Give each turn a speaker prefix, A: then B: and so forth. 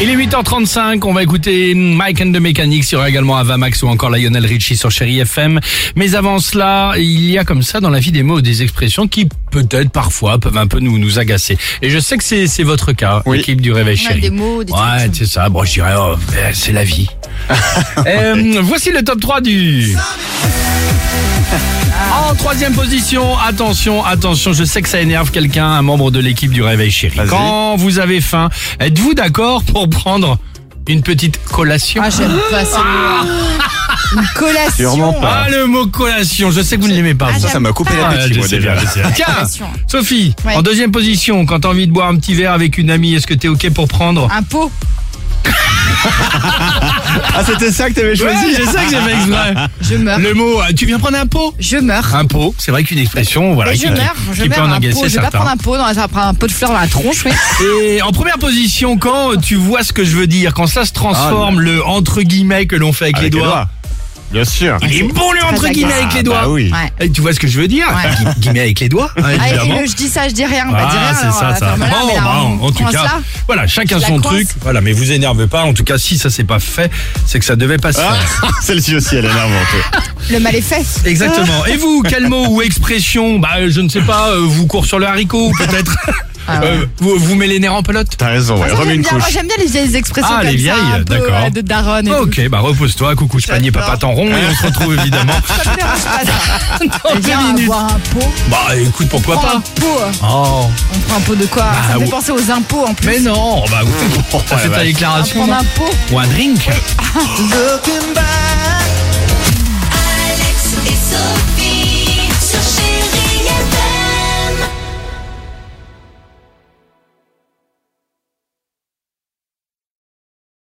A: Il est 8h35, on va écouter Mike and the Mechanics, il y aura également Avamax ou encore Lionel Richie sur Chéri FM. Mais avant cela, il y a comme ça dans la vie des mots des expressions qui peut-être parfois peuvent un peu nous nous agacer. Et je sais que c'est c'est votre cas,
B: Oui.
A: l'équipe du Réveil
C: On a
A: Chéri.
C: des mots, des
A: ouais,
C: trucs.
A: c'est ça. Bon, je dirais, oh, ben, c'est la vie. Euh, voici le top 3 du... En troisième position, attention, attention, je sais que ça énerve quelqu'un, un membre de l'équipe du Réveil Chéri.
B: Vas-y.
A: Quand vous avez faim, êtes-vous d'accord pour prendre une petite collation
C: Ah, j'aime pas ça. Une collation.
B: Sûrement
A: Ah,
B: pas.
A: le mot collation, je sais que vous ne l'aimez pas.
C: Ah,
A: vous.
B: Ça, ça m'a coupé
A: Ah,
B: l'appétit,
A: je
B: moi,
A: sais
B: déjà.
A: bien, je sais. Tiens,
C: Collation.
A: Sophie,
C: Ouais.
A: en deuxième position, quand t'as envie de boire un petit verre avec une amie, est-ce que t'es ok pour prendre
C: Un pot.
B: Ah, c'était ça que t'avais
A: Vas-y,
B: choisi
A: c'est ça que j'ai fait exprès.
C: Je meurs.
A: Le mot, euh, tu viens prendre un pot
C: Je meurs.
A: Un pot, c'est vrai qu'une expression, voilà,
C: Et
A: qui,
C: je meurs. Je
A: qui peut
C: meurs.
A: en
C: Un pot.
A: agacer
C: Je vais pas prendre
A: certains.
C: un pot. Dans la... prendre un pot de fleurs dans la tronche. Oui.
A: Et en première position, quand euh, tu vois ce que je veux dire, quand ça se transforme, le entre guillemets que l'on fait avec, les
B: Ah, Avec
A: doigts.
B: Bien sûr.
A: Il est bon le entre
C: Ah, très
A: guillemets
C: agaçant.
A: avec les
B: Ah,
A: doigts.
B: bah oui.
C: Ouais.
A: Et tu vois ce que je veux dire
C: Ouais.
A: Gui- Guillemets avec les doigts, hein,
C: Ah, et
A: évidemment.
C: le je dis ça, je dis rien. Bah, dis rien.
A: Ah, c'est
C: alors,
A: ça,
C: euh,
A: ça.
C: ferme-la,
A: Bon,
C: mais là,
A: bah,
C: on
A: en tout
C: prend
A: cas,
C: ça.
A: voilà, chacun
C: Je la
A: son
C: coince.
A: truc. Voilà, mais vous énervez pas. En tout cas, si ça s'est pas fait, c'est que ça devait pas se
B: Ah,
A: faire.
B: Celle-ci aussi, elle est énervante.
C: Le mal est fait.
A: Exactement. Et vous, quel mot ou expression Bah, euh, je ne sais pas. euh, vous court sur le haricot, peut-être.
C: Ah ouais.
A: Euh, vous vous met les nerfs en pelote.
B: T'as raison, ouais.
C: Ça,
B: Remets
C: Ah, j'aime
B: une
C: bien, moi,
B: couche.
C: J'aime bien les vieilles expressions
A: Ah,
C: comme
A: les
C: ça, un
A: vieilles,
C: peu,
A: d'accord.
C: euh, de daronne et tout.
A: Ok, bah repose-toi, coucou je panier, papa
C: J'adore.
A: t'en rond, et on se retrouve évidemment.
C: Ça me dérange pas, ça.
A: deux
C: Viens
A: minutes.
C: boire un pot.
A: Bah écoute, pourquoi
C: Prends
A: pas
C: un pot. euh.
A: Oh,
C: On prend un pot de quoi Ça me
A: oui.
C: fait penser aux impôts en plus.
A: mais non, bah oui, t'as
B: Oh,
A: fait ta
B: la vache.
C: On va
A: déclaration.
C: prendre un pot.
A: Ou un drink
D: Alex et Sophie.